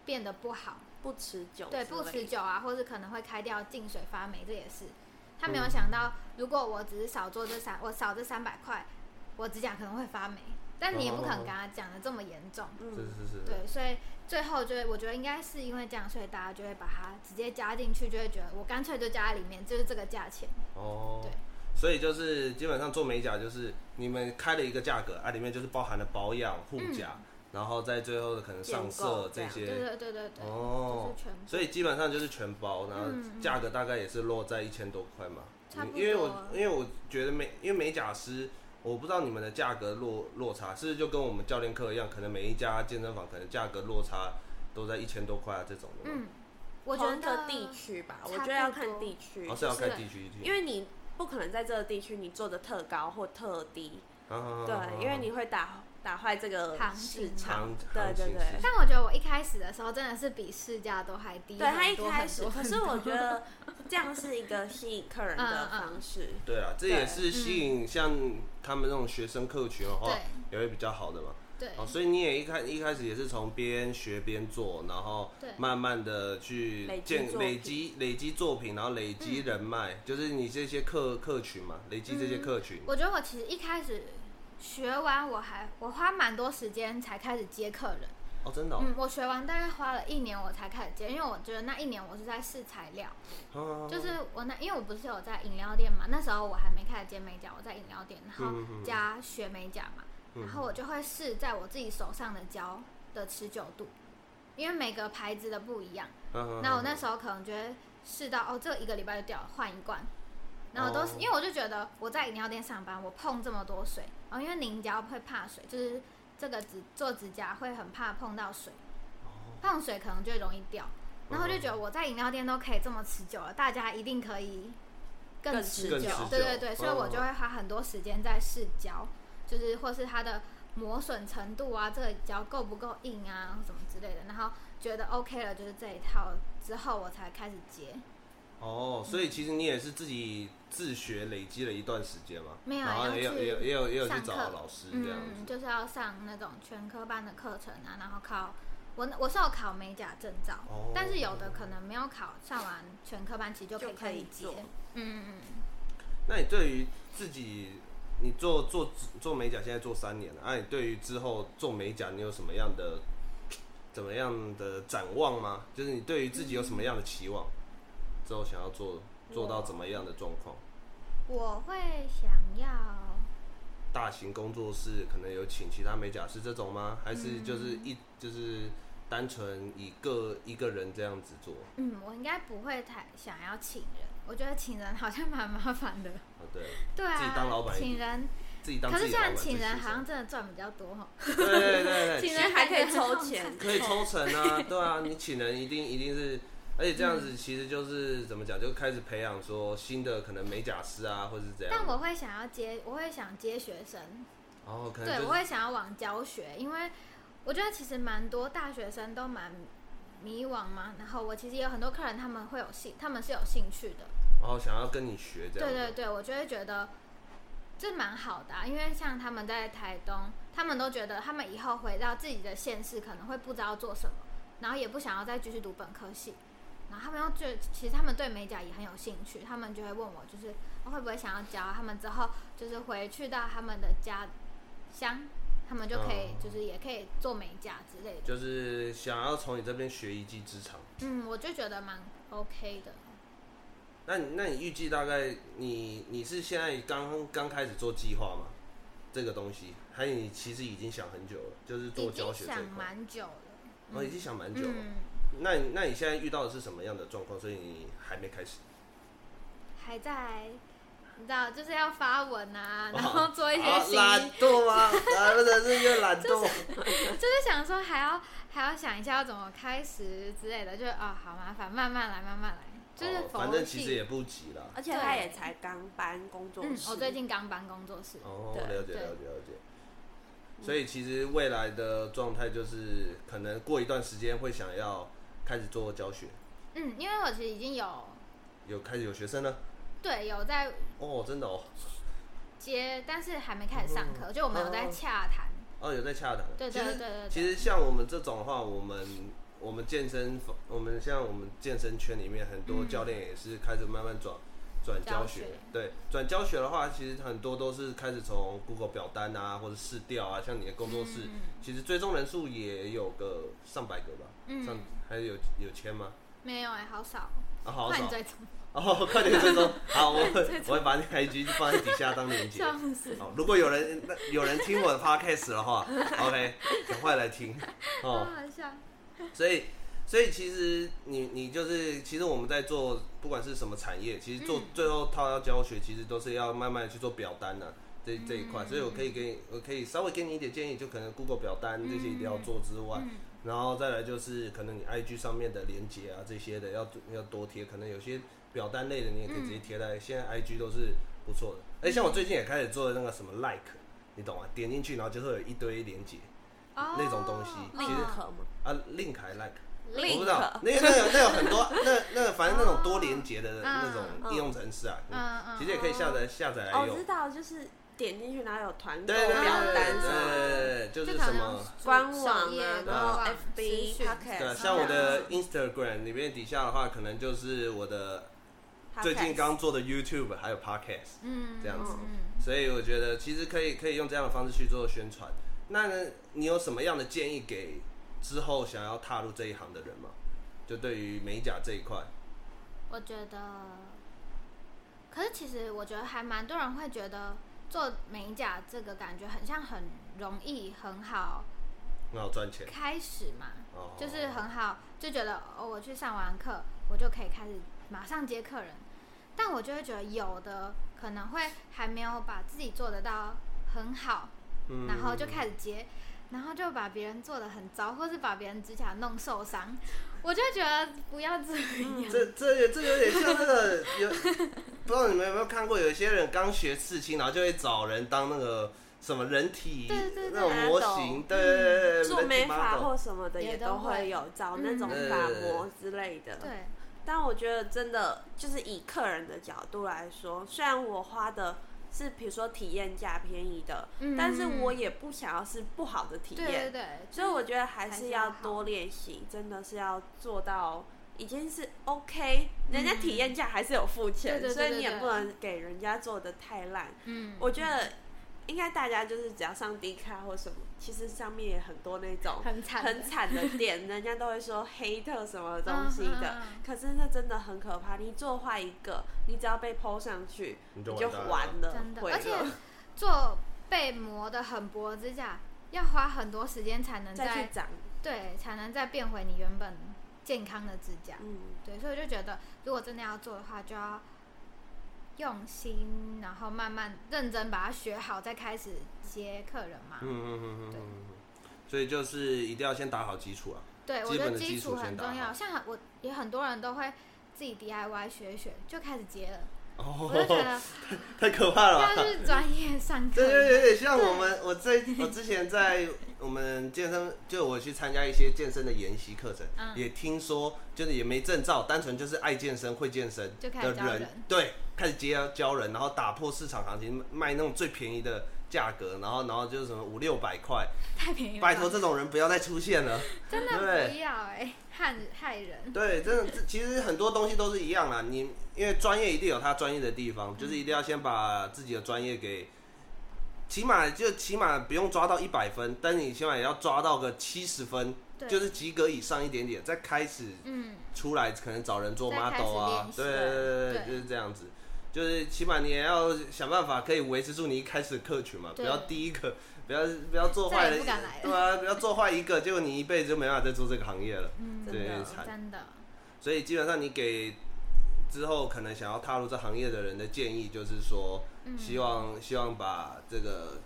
S3: 变得不好，
S4: 不持久，
S3: 对，不持，久啊，或是可能会开掉进水发霉，这也是他没有想到，如果我只是少做这三，我少这三百块，我指甲可能会发霉，但你也不可能跟他讲的这么严重，
S2: 是是是
S4: 嗯，
S2: 是，
S3: 对，所以最后就会，我觉得应该是因为这样，所以大家就会把它直接加进去，就会觉得我干脆就加在里面，就是这个价钱，
S2: 哦
S3: 对，
S2: 所以就是基本上做美甲就是你们开了一个价格啊，里面就是包含了保养、护甲，然后在最后的可能上色这
S4: 建构
S3: 对对
S2: 些。
S3: 对对对，
S2: 哦
S3: 就是全部
S2: 所以基本上就是全包，然后
S3: 嗯嗯
S2: 价格大概也是落在一千多块嘛。
S3: 差不多
S2: 因为我因为我觉得美，因为美甲师，我不知道你们的价格落落差是不是就跟我们教练课一样，可能每一家健身房可能价格落差都在一千多块啊这种的嘛。
S3: 嗯，我觉
S4: 同一
S3: 得
S4: 个地区吧，我
S3: 差
S4: 觉
S3: 不
S4: 得要
S3: 多
S4: 看地区，
S2: 哦，是要
S3: 就是
S2: 看地区地区，
S4: 嗯因为你不可能在这个地区你做的特高或特低，
S2: 啊
S4: 对，因为你会打打坏这个
S3: 行
S4: 市
S3: 情
S4: 场
S2: 行，
S4: 对
S2: 行情
S4: 对对
S2: 市。场
S3: 但我觉得我一开始的时候真的是比市价都还低
S4: 对他
S3: 很
S4: 一
S3: 多
S4: 开
S3: 很
S4: 始，
S3: 多
S4: 可
S3: 很
S4: 是我
S3: 多
S4: 觉 得这样是一个吸引客人的
S3: 嗯嗯
S4: 方式。
S2: 对啊，这
S4: 对
S2: 也是吸引像他们这种学生客群的话，也会比较好的嘛。
S3: 对
S2: 哦，所以你也一开一开始也是从边学边做，然后
S3: 对
S2: 慢慢的去
S4: 累积
S2: 建
S4: 作品
S2: 累积累积作品，然后累积
S3: 嗯
S2: 人脉，就是你这些客客群嘛，累积这些客群。
S3: 我觉得我其实一开始学完，我还我花蛮多时间才开始接客人。
S2: 哦，真的、哦
S3: 嗯，我学完大概花了一年我才开始接，因为我觉得那一年我是在试材料，
S2: 啊
S3: 就是我那因为我不是有在饮料店嘛，那时候我还没开始接美甲，我在饮料店，然后
S2: 嗯嗯嗯
S3: 加学美甲嘛，
S2: 嗯
S3: 然后我就会试在我自己手上的胶的持久度，因为每个牌子的不一样。
S2: 啊啊啊
S3: 那我那时候可能觉得试到哦，这个一个礼拜就掉了，换一罐。然后都是、
S2: 哦
S3: 因为我就觉得我在饮料店上班，我碰这么多水，然、后因为凝胶会怕水，就是这个指做指甲会很怕碰到水，
S2: 哦
S3: 碰水可能就会容易掉。然后我就觉得我在饮料店都可以这么持久了，大家一定可以更
S4: 更
S3: 持
S4: 持
S3: 久。
S4: 久
S3: 对对对，
S2: 嗯
S3: 所以我就会花很多时间在试胶，就是或是它的磨损程度啊，这个胶够不够硬啊，什么之类的。然后觉得 OK 了，就是这一套之后我才开始接。
S2: 哦，所以其实你也是自己自学累积了一段时间嘛，
S3: 没有
S2: 然后也有
S3: 要去
S2: 也有也有也有去
S3: 上
S2: 找
S3: 课
S2: 老师这样
S3: 嗯，
S2: 子，
S3: 就是要上那种全科班的课程啊，然后考我我是有考美甲证照，
S2: 哦
S3: 但是有的可能没有考，上完全科班其实就可以
S4: 就可
S3: 开
S4: 以
S3: 始接
S4: 做。
S3: 嗯嗯
S2: 那你对于自己，你做做做美甲现在做三年了，那、啊你对于之后做美甲你有什么样的怎么样的展望吗？就是你对于自己有什么样的期望？之后想要做做到怎么样的状况？
S3: 嗯，我会想要。
S2: 大型工作室可能有请其他美甲师这种吗？还
S3: 嗯
S2: 是就是一、就是单纯以个一个人这样子做？
S3: 嗯，我应该不会太想要请人，我觉得请人好像蛮麻烦 的。
S2: 啊，对，
S3: 对啊，
S2: 自己当老板
S3: 请人，
S2: 自己当
S3: 可
S2: 自
S3: 是
S2: 己
S3: 这
S2: 老板
S3: 样请人好像
S2: 自
S3: 真的赚比较多哈。
S2: 己爽对对对对，
S3: 请
S4: 其实
S3: 人
S4: 还可以
S3: 感觉很
S4: 抽
S3: 好
S4: 钱
S3: 赚
S2: 可以抽成 啊，对啊，你请人一定一定是，而且这样子其实就是、怎么讲，就开始培养说新的可能美甲师啊，或是怎样。
S3: 但我会想要接，我会想接学生，
S2: 哦，可能
S3: 对
S2: 就
S3: 我
S2: 是
S3: 会想要往教学，因为我觉得其实蛮多大学生都蛮迷惘嘛。然后我其实也有很多客人，他们会有兴，他们是有兴趣的。
S2: 哦想要跟你学这样
S3: 对
S2: 子。
S3: 对对，我就会觉得这蛮好的、啊，因为像他们在台东，他们都觉得他们以后回到自己的县市，可能会不知道做什么，然后也不想要再继续读本科系。然后他们又觉得，其实他们对美甲也很有兴趣，他们就会问我，就是哦会不会想要教他们之后，就是回去到他们的家乡，他们就可以、
S2: 哦
S3: 就是也可以做美甲之类的。
S2: 就是想要从你这边学一技之长。
S3: 嗯，我就觉得蛮 OK 的。
S2: 那你那你预计大概你你是现在刚刚开始做计划吗？这个东西，还有你其实已经想很久了，就是
S3: 已
S2: 做教
S3: 经
S2: 学这
S3: 想
S2: 一块。
S3: 蛮久了，
S2: 哦，已经想蛮久了。
S3: 嗯，
S2: 那你那你现在遇到的是什么样的状况？所以你还没开始。
S3: 还在，你知道，就是要发文啊，
S2: 哦
S3: 然后做一些
S2: 啊
S3: 新，
S2: 懒惰吗？啊，真的是越懒惰。哦
S3: 就是想说还要还要想一下要怎么开始之类的，就是哦，好麻烦，慢慢来，慢慢来，就是
S2: 哦
S3: 佛系。
S2: 反正其实也不急啦。
S4: 而且他也才刚搬工作
S3: 嗯，
S4: 室，
S3: 我最近刚搬工作室，
S2: 哦，
S4: 对
S2: 了解
S3: 呃对
S2: 了解了解。所以其实未来的状态就是，可能过一段时间会想要开始做教学，
S3: 嗯，因为我其实已经有
S2: 有开始有学生了。
S3: 对有在
S2: 哦，真的哦，
S3: 接，但是还没开始上课，就我们有在洽谈，
S2: 哦，有在洽谈。
S3: 对对对对
S2: 其
S3: 对，
S2: 实像我们这种的话，我们我们健身房，我们像我们健身圈里面很多
S3: 嗯
S2: 教练也是开始慢慢转转教
S3: 教
S2: 学
S3: 学。
S2: 对，转教学的话，其实很多都是开始从 Google 表单啊，或者试调啊，像你的工作室，
S3: 嗯
S2: 其实追踪人数也有个上百个吧，
S3: 嗯
S2: 上还有有千吗？
S3: 没有哎、好少，
S2: 啊，好
S3: 换
S2: 少
S3: 你追踪，
S2: 哦，快点追 踪，好，我会我会把你 IG 放在底下当链接。
S3: 笑死，
S2: 哦，如果有人那有人听我的 podcast 的话，OK，赶快来听
S3: 好
S2: 哦。
S3: 好笑，
S2: 所以，所以其实你你就是，其实我们在做不管是什么产业，其实做、
S3: 嗯
S2: 最后套要教学，其实都是要慢慢去做表单的、这这一块。所以我
S3: 嗯
S2: 可以给你，我可以稍微给你一点建议，就可能 Google 表单这些一定要做之外，
S3: 嗯
S2: 然后再来就是可能你 IG 上面的连接啊这些的要要多贴，可能有些表单类的你也可以直
S3: 嗯
S2: 接贴在、现在 IG 都是不错的。哎、像我最近也开始做那个什么 Like，你懂吗？点进去然后就会有一堆连接
S3: 哦，
S2: 那种东西
S4: 立
S2: 其实
S4: 刻吗？
S2: 啊，Link 还 Like。
S4: Link
S2: 我不知道，那个那个那有很多，那那个反正那种多连接的那种
S4: 嗯
S2: 应用程式啊，
S3: 嗯嗯
S2: 其实也可以下载下载
S4: 哦，
S2: 来
S4: 我
S2: 用
S4: 知。道，就是点进去然后有团购
S2: 对对对
S4: 表
S2: 对
S4: 单什么的，
S2: 对对，对就是什么
S4: 官网
S3: 首页
S4: 啊，
S3: 官
S4: 然后
S3: 网资
S4: FB、
S3: 讯
S4: Pocket，
S2: 对，啊像我的 Instagram 里面底下的话，可能就是我的
S4: Podcast
S2: 最近刚做的 YouTube 还有 Podcast，
S3: 嗯，
S2: 这样子
S3: 嗯。
S2: 所以我觉得其实可以可以用这样的方式去做宣传。那呢你有什么样的建议给之后想要踏入这一行的人吗？就对于美甲这一块，
S3: 我觉得，可是其实我觉得还蛮多人会觉得做美甲这个感觉很像很容易、很好
S2: 很好赚钱
S3: 开始嘛，
S2: 哦。
S3: 就是很好，就觉得哦，我去上完课，我就可以开始马上接客人，但我就会觉得有的可能会还没有把自己做得到很好，
S2: 嗯
S3: 然后就开始接，然后就把别人做的很糟，或是把别人指甲弄受伤，我就觉得不要这
S4: 嗯
S3: 样。
S2: 这这这有点像那个有，不知道你们有没有看过，有一些人刚学刺青，然后就会找人当那个什么人体
S3: 对对对嗯
S2: 那种模型，对对对对，
S4: 做
S2: 人体
S4: 美发
S2: model
S4: 或什么的
S3: 也
S4: 也
S3: 都
S4: 都
S3: 会
S4: 会有找那种
S2: 嗯
S4: 发膜之类的。
S3: 对，
S4: 但我觉得真的就是以客人的角度来说，虽然我花的是比如说体验价便宜的，
S3: 嗯
S4: 但是我也不想要是不好的体
S3: 对对
S4: 验，
S3: 对，
S4: 所以我觉得还
S3: 还
S4: 是
S3: 是
S4: 要
S3: 要好
S4: 多练习，真的是要做到已经是 OK，人家体验价还是有付钱，
S3: 嗯对对对
S4: 所以
S3: 对
S4: 你也
S3: 对
S4: 不能给人家做的太烂。
S3: 嗯，
S4: 我觉得应该大家就是只要上 D 卡或什么，其实上面也很多那种
S3: 很惨的
S4: 很惨的店，人家都会说黑特什么东西的。
S3: 嗯嗯嗯
S4: 可是那真的很可怕，你做坏一个，你只要被抛上去，
S2: 你
S4: 你
S2: 就
S4: 就
S2: 完蛋了
S4: 完了，
S3: 真的
S4: 毁
S3: 而且
S4: 了，
S3: 嗯做被磨的很薄指甲，要花很多时间才能
S4: 再
S3: 在
S4: 去长，
S3: 对才能再变回你原本健康的指甲。
S4: 嗯，
S3: 对，所以我就觉得，如果真的要做的话，就要用心，然后慢慢认真把它学好，再开始接客人嘛。
S2: 嗯嗯嗯嗯嗯嗯，所以就是一定要先打好基础啊。
S3: 对，我
S2: 基
S3: 觉
S2: 本的
S3: 得
S2: 基
S3: 基
S2: 础
S3: 础
S2: 先
S3: 很
S2: 打
S3: 重要。
S2: 好
S3: 像我也很多人都会自己 DIY 学一学，就开始接 了。我就觉
S2: 哦，
S3: 得啊
S2: 太可怕了吧！
S3: 要 去专业上课，
S2: 对对，有点像我们，我在我之前在我们健身，就我去参加一些健身的研习课程，
S3: 嗯
S2: 也听说，就是也没证照，单纯就是爱健身、会健身
S3: 就开
S2: 的
S3: 始教
S2: 人
S3: 人，
S2: 对，开始接教人，然后打破市场行情，卖那种最便宜的价格，然后然后就是什么五六百块，
S3: 太便宜了吧，
S2: 拜托这种人不要再出现了。
S3: 真的
S2: 对
S3: 不要哎、害害人。
S2: 对，真的，这其实很多东西都是一样啦。你因为专业一定有它专业的地方，就是一定要先把自己的专业给，起码就起码不用抓到一百分，但你起码也要抓到个七十分，
S3: 对
S2: 就是及格以上一点点，再开始
S3: 嗯，
S2: 出来可能找人做
S3: 再开始
S2: model 啊
S3: 练，习
S2: 对对对对，
S3: 对
S2: 就是这样子。就是起码你也要想办法可以维持住你一开始的客群嘛，不
S3: 对
S2: 要第一个，不要不要做坏
S3: 再
S2: 了
S3: 也不敢来，了
S2: 对啊，不要做坏一个，结果你一辈子就没办法再做这个行业了。
S3: 嗯
S4: 真的
S2: 对惨
S3: 真的，
S2: 所以基本上你给之后可能想要踏入这行业的人的建议，就是说，
S3: 嗯，
S2: 希望希望把这个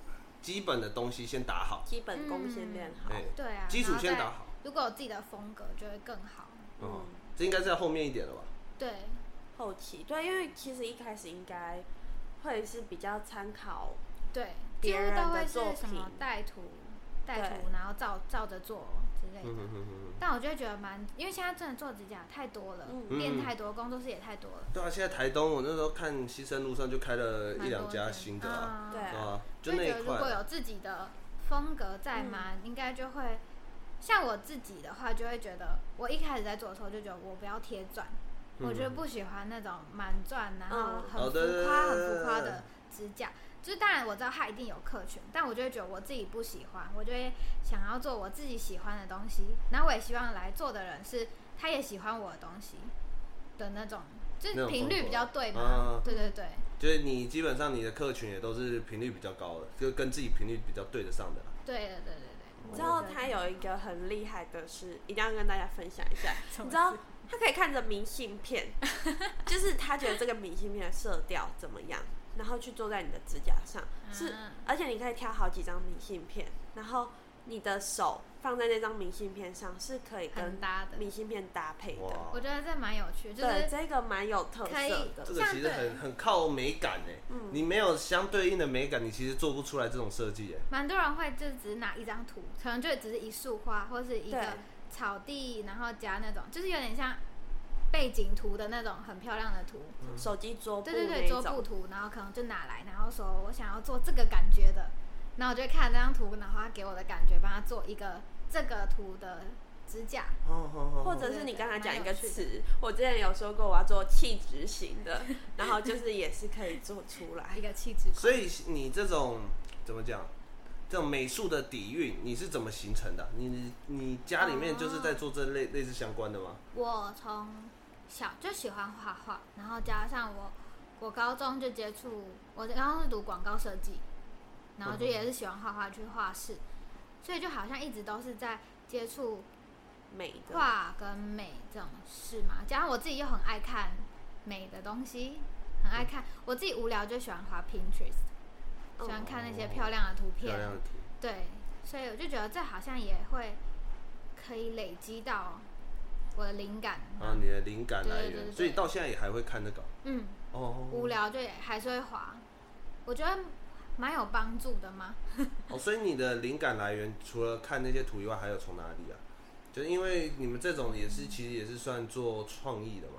S2: 基本的东西先打好，
S4: 基本功先练好，
S2: 哎、
S3: 对啊，
S2: 基础
S3: 然后
S2: 先
S3: 再
S2: 打好，
S3: 如果有自己的风格，就会更好。
S2: 嗯
S4: 嗯，
S2: 这应该在后面一点了吧？
S3: 对，
S4: 后期对，因为其实一开始应该会是比较参考，
S3: 对，几
S4: 别
S3: 乎
S4: 人
S3: 都
S4: 的
S3: 会
S4: 作
S3: 是什么
S4: 品
S3: 带图、带
S4: 对
S3: 图，然后照照着做之类的。
S2: 嗯哼哼哼哼
S3: 但我就会觉得蛮，因为现在真的做指甲太多了，
S4: 嗯
S3: 店
S2: 嗯
S3: 太多，工作室也太多了，
S2: 对啊，现在台东我那时候看西山路上就开了一
S3: 蛮
S2: 两
S3: 多
S2: 家
S3: 间
S2: 新的啊，
S3: 嗯
S4: 对
S2: 对
S4: 啊
S2: 啊，就
S3: 就
S2: 那
S3: 觉
S2: 一
S3: 得如果
S2: 块，
S3: 有自己的风格在嘛，应该就会像我自己的话，就会觉得我一开始在做的时候就觉得我不要贴钻，
S2: 嗯
S3: 我就不喜欢那种满钻，然后
S4: 嗯
S3: 很
S2: 哦
S3: 浮
S2: 对对
S3: 夸、
S2: 对对
S3: 很浮
S2: 对
S3: 夸
S2: 对
S3: 的指甲。就是当然我知道它一定有客群，但我就会觉得我自己不喜欢，我就会想要做我自己喜欢的东西，然后我也希望来做的人是他也喜欢我的东西的那种，就
S2: 那
S3: 是
S2: 种
S3: 频
S2: 风
S3: 率
S2: 格
S3: 比较对嘛。
S2: 嗯
S3: 对对对，
S2: 就是你基本上你的客群也都是频率比较高的，就跟自己频率比较对得上的啦。
S3: 对对对对对。
S4: 你知道他有一个很厉害的事，一定要跟大家分享 一下。你知道他可以看着明信片，就是他觉得这个明信片的色调怎么样，然后去做在你的指甲上。是
S3: 啊，
S4: 而且你可以挑好几张明信片，然后你的手放在那张明信片上是可以
S3: 很
S4: 跟
S3: 搭的，
S4: 明信片搭配的。
S2: 哇
S3: 我觉得这蛮有趣，就
S4: 对，
S3: 是
S4: 这个蛮有特
S3: 可以
S4: 色的
S2: 这。个其实很很靠美感哎、
S4: 嗯
S2: 你没有相对应的美感，你其实做不出来这种设计哎。
S3: 蛮多人会就只拿一张图，可能就只是一束花或是一
S4: 对
S3: 个草地，然后加那种就是有点像背景图的那种很漂亮的图，
S4: 手机桌布
S3: 对
S4: 那
S3: 对对，
S4: 一种
S3: 桌布图，然后可能就拿来，然后说我想要做这个感觉的，然后我就会看这张图，然后他给我的感觉，帮他做一个这个图的指甲，
S2: 哦
S3: 嗯
S2: 哦哦
S4: 或
S2: 哦
S4: 者是你刚才讲一个
S3: 对
S4: 词，我之前有说过我要做气质型的， 然后就是也是可以做出来
S3: 一。个气质。
S2: 所以你这种怎么讲？这种美术的底蕴你是怎么形成的？啊你你你家里面就是在做这
S3: 哦
S2: 类、类似相关的吗？
S3: 我从小就喜欢画画，然后加上我，我高中就接触，我高中是读广告设计，然后就也是喜欢画画去画室，所以就好像一直都是在接触
S4: 美的，
S3: 画跟美这种事嘛。加上我自己又很爱看美的东西，很爱看。我自己无聊就喜欢滑 Pinterest，喜欢看那些漂亮的图
S2: 哦漂
S3: 片。
S2: 亮的图。
S3: 对，所以我就觉得这好像也会可以累积到我的灵感。
S2: 然后你的灵感来
S3: 嗯对对对
S2: 源，
S3: 对
S2: 所以到现在也还会看那个
S3: 嗯，
S2: 哦
S3: 无聊就也还是会滑，我觉得蛮有帮助的嘛。
S2: 哦，所以你的灵感来源除了看那些图以外，还有从哪里啊？就是因为你们这种也是其实也是算做创意的嘛，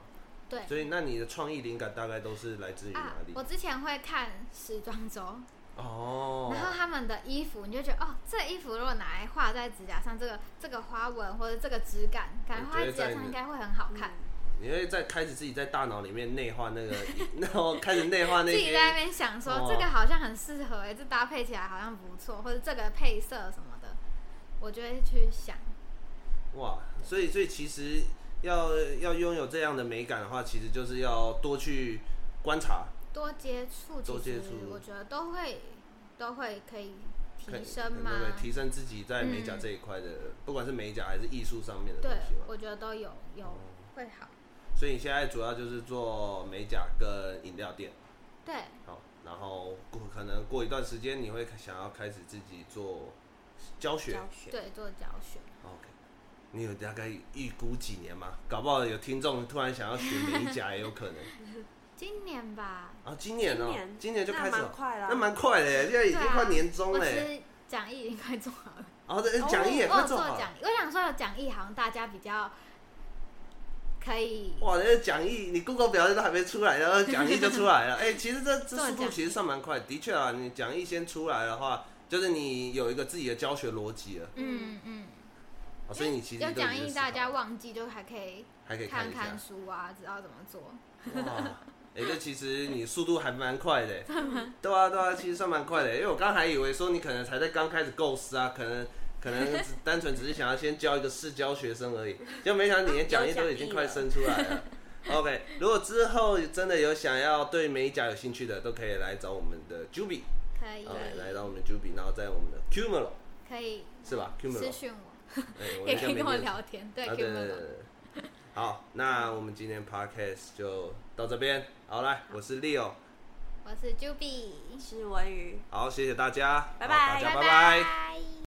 S3: 对
S2: 所以那你的创意灵感大概都是来自于
S3: 啊
S2: 哪，里？
S3: 我之前会看时装周，
S2: 哦，
S3: 然后他们的衣服，你就觉得哦，这衣服如果拿来画在指甲上，这个这个花纹或者这个质感，感觉
S2: 我
S3: 画
S2: 觉
S3: 在
S2: 得
S3: 指甲
S2: 在嗯
S3: 上
S2: 你
S3: 应该会很好看。
S2: 你会在开始自己在大脑里面内化那个， 然后开始内化那
S3: 自己
S2: 些
S3: 在那边想说、
S2: 哦
S3: 这个好像很适合哎、这搭配起来好像不错，或者这个配色什么的，我就会去想。
S2: 哇，所以所以其实要要拥有这样的美感的话，其实就是要多去观察，
S3: 多接触，
S2: 多
S3: 其
S2: 接
S3: 实
S2: 触
S3: 我觉得都会都会可以
S2: 看
S3: 提升嘛
S2: 对。不对？提升自己在美甲
S3: 嗯
S2: 这一块的，不管是美甲还是艺术上面的东
S3: 对
S2: 西，哦嘛。
S3: 我觉得都有有会好。
S2: 所以你现在主要就是做美甲跟饮料店，
S3: 对，
S2: 好，然后过可能过一段时间你会想要开始自己做教学
S4: 教学，
S3: 对，做教学，
S2: ，OK。你有大概预估几年吗？搞不好有听众突然想要学美 甲，也有可能。
S3: 今年吧，
S2: 啊，今年哦、
S4: 今年
S2: 今年就
S4: 那
S2: 开始了
S4: 蛮，快了
S2: 那蛮快的耶，现在已
S3: 对
S2: 经
S3: 啊
S2: 快年终
S3: 我
S2: 了
S3: 其
S2: 耶。
S3: 实讲义已经快做好了，
S2: 然后这
S4: 哦
S2: 讲义也
S3: 我
S2: 快
S3: 有
S2: 做好
S3: 做
S2: 了。
S3: 讲义，我想说有讲义好像大家比较可以
S2: 哇，那个讲义你 Google 表单都还没出来，然后讲义就出 来了。哎、其实这这
S3: 做
S2: 速度
S3: 讲义
S2: 其实算蛮快的，的确啊，你讲义先出来的话，就是你有一个自己的教学逻辑了、
S3: 嗯嗯，
S2: 啊所以你其实
S3: 有
S2: 都已
S3: 讲
S2: 经
S3: 义
S2: 思
S3: 大家
S2: 考
S3: 忘记就还可以
S2: 还可以看
S3: 看
S2: 一
S3: 看
S2: 下。
S3: 书啊，知道怎么做。
S2: 哇，哎、这其实你速度还蛮快 的耶，对啊对啊，其实算蛮快的耶，因为我刚还以为说你可能才在刚开始构思啊，可能可能 只单纯只是想要先教一个试教学生而已，就没想到你连讲义都已经快生出来 了。OK，如果之后真的有想要对美甲有兴趣的，都可以来找我们的 Juby，
S3: 可以，
S2: OK，来到我们 Juby，然后在我们的 Cumelo
S3: 可以
S2: 是吧
S3: 私
S2: ？Cumelo，
S3: 讯我，
S2: 哎我
S3: 也
S2: 好像
S3: 可以
S2: 没
S3: 跟我
S2: 念
S3: 聊天。对
S2: 啊，
S3: 可以
S2: 对
S3: 跟我
S2: 对对
S3: 聊
S2: 对。对 好，那我们今天 podcast 就到这边。好，来，我是 Leo，
S3: 我是 Juby，
S4: 是文鱼。
S2: 好，谢谢大家，好
S4: 拜拜
S2: 大家拜拜
S3: 拜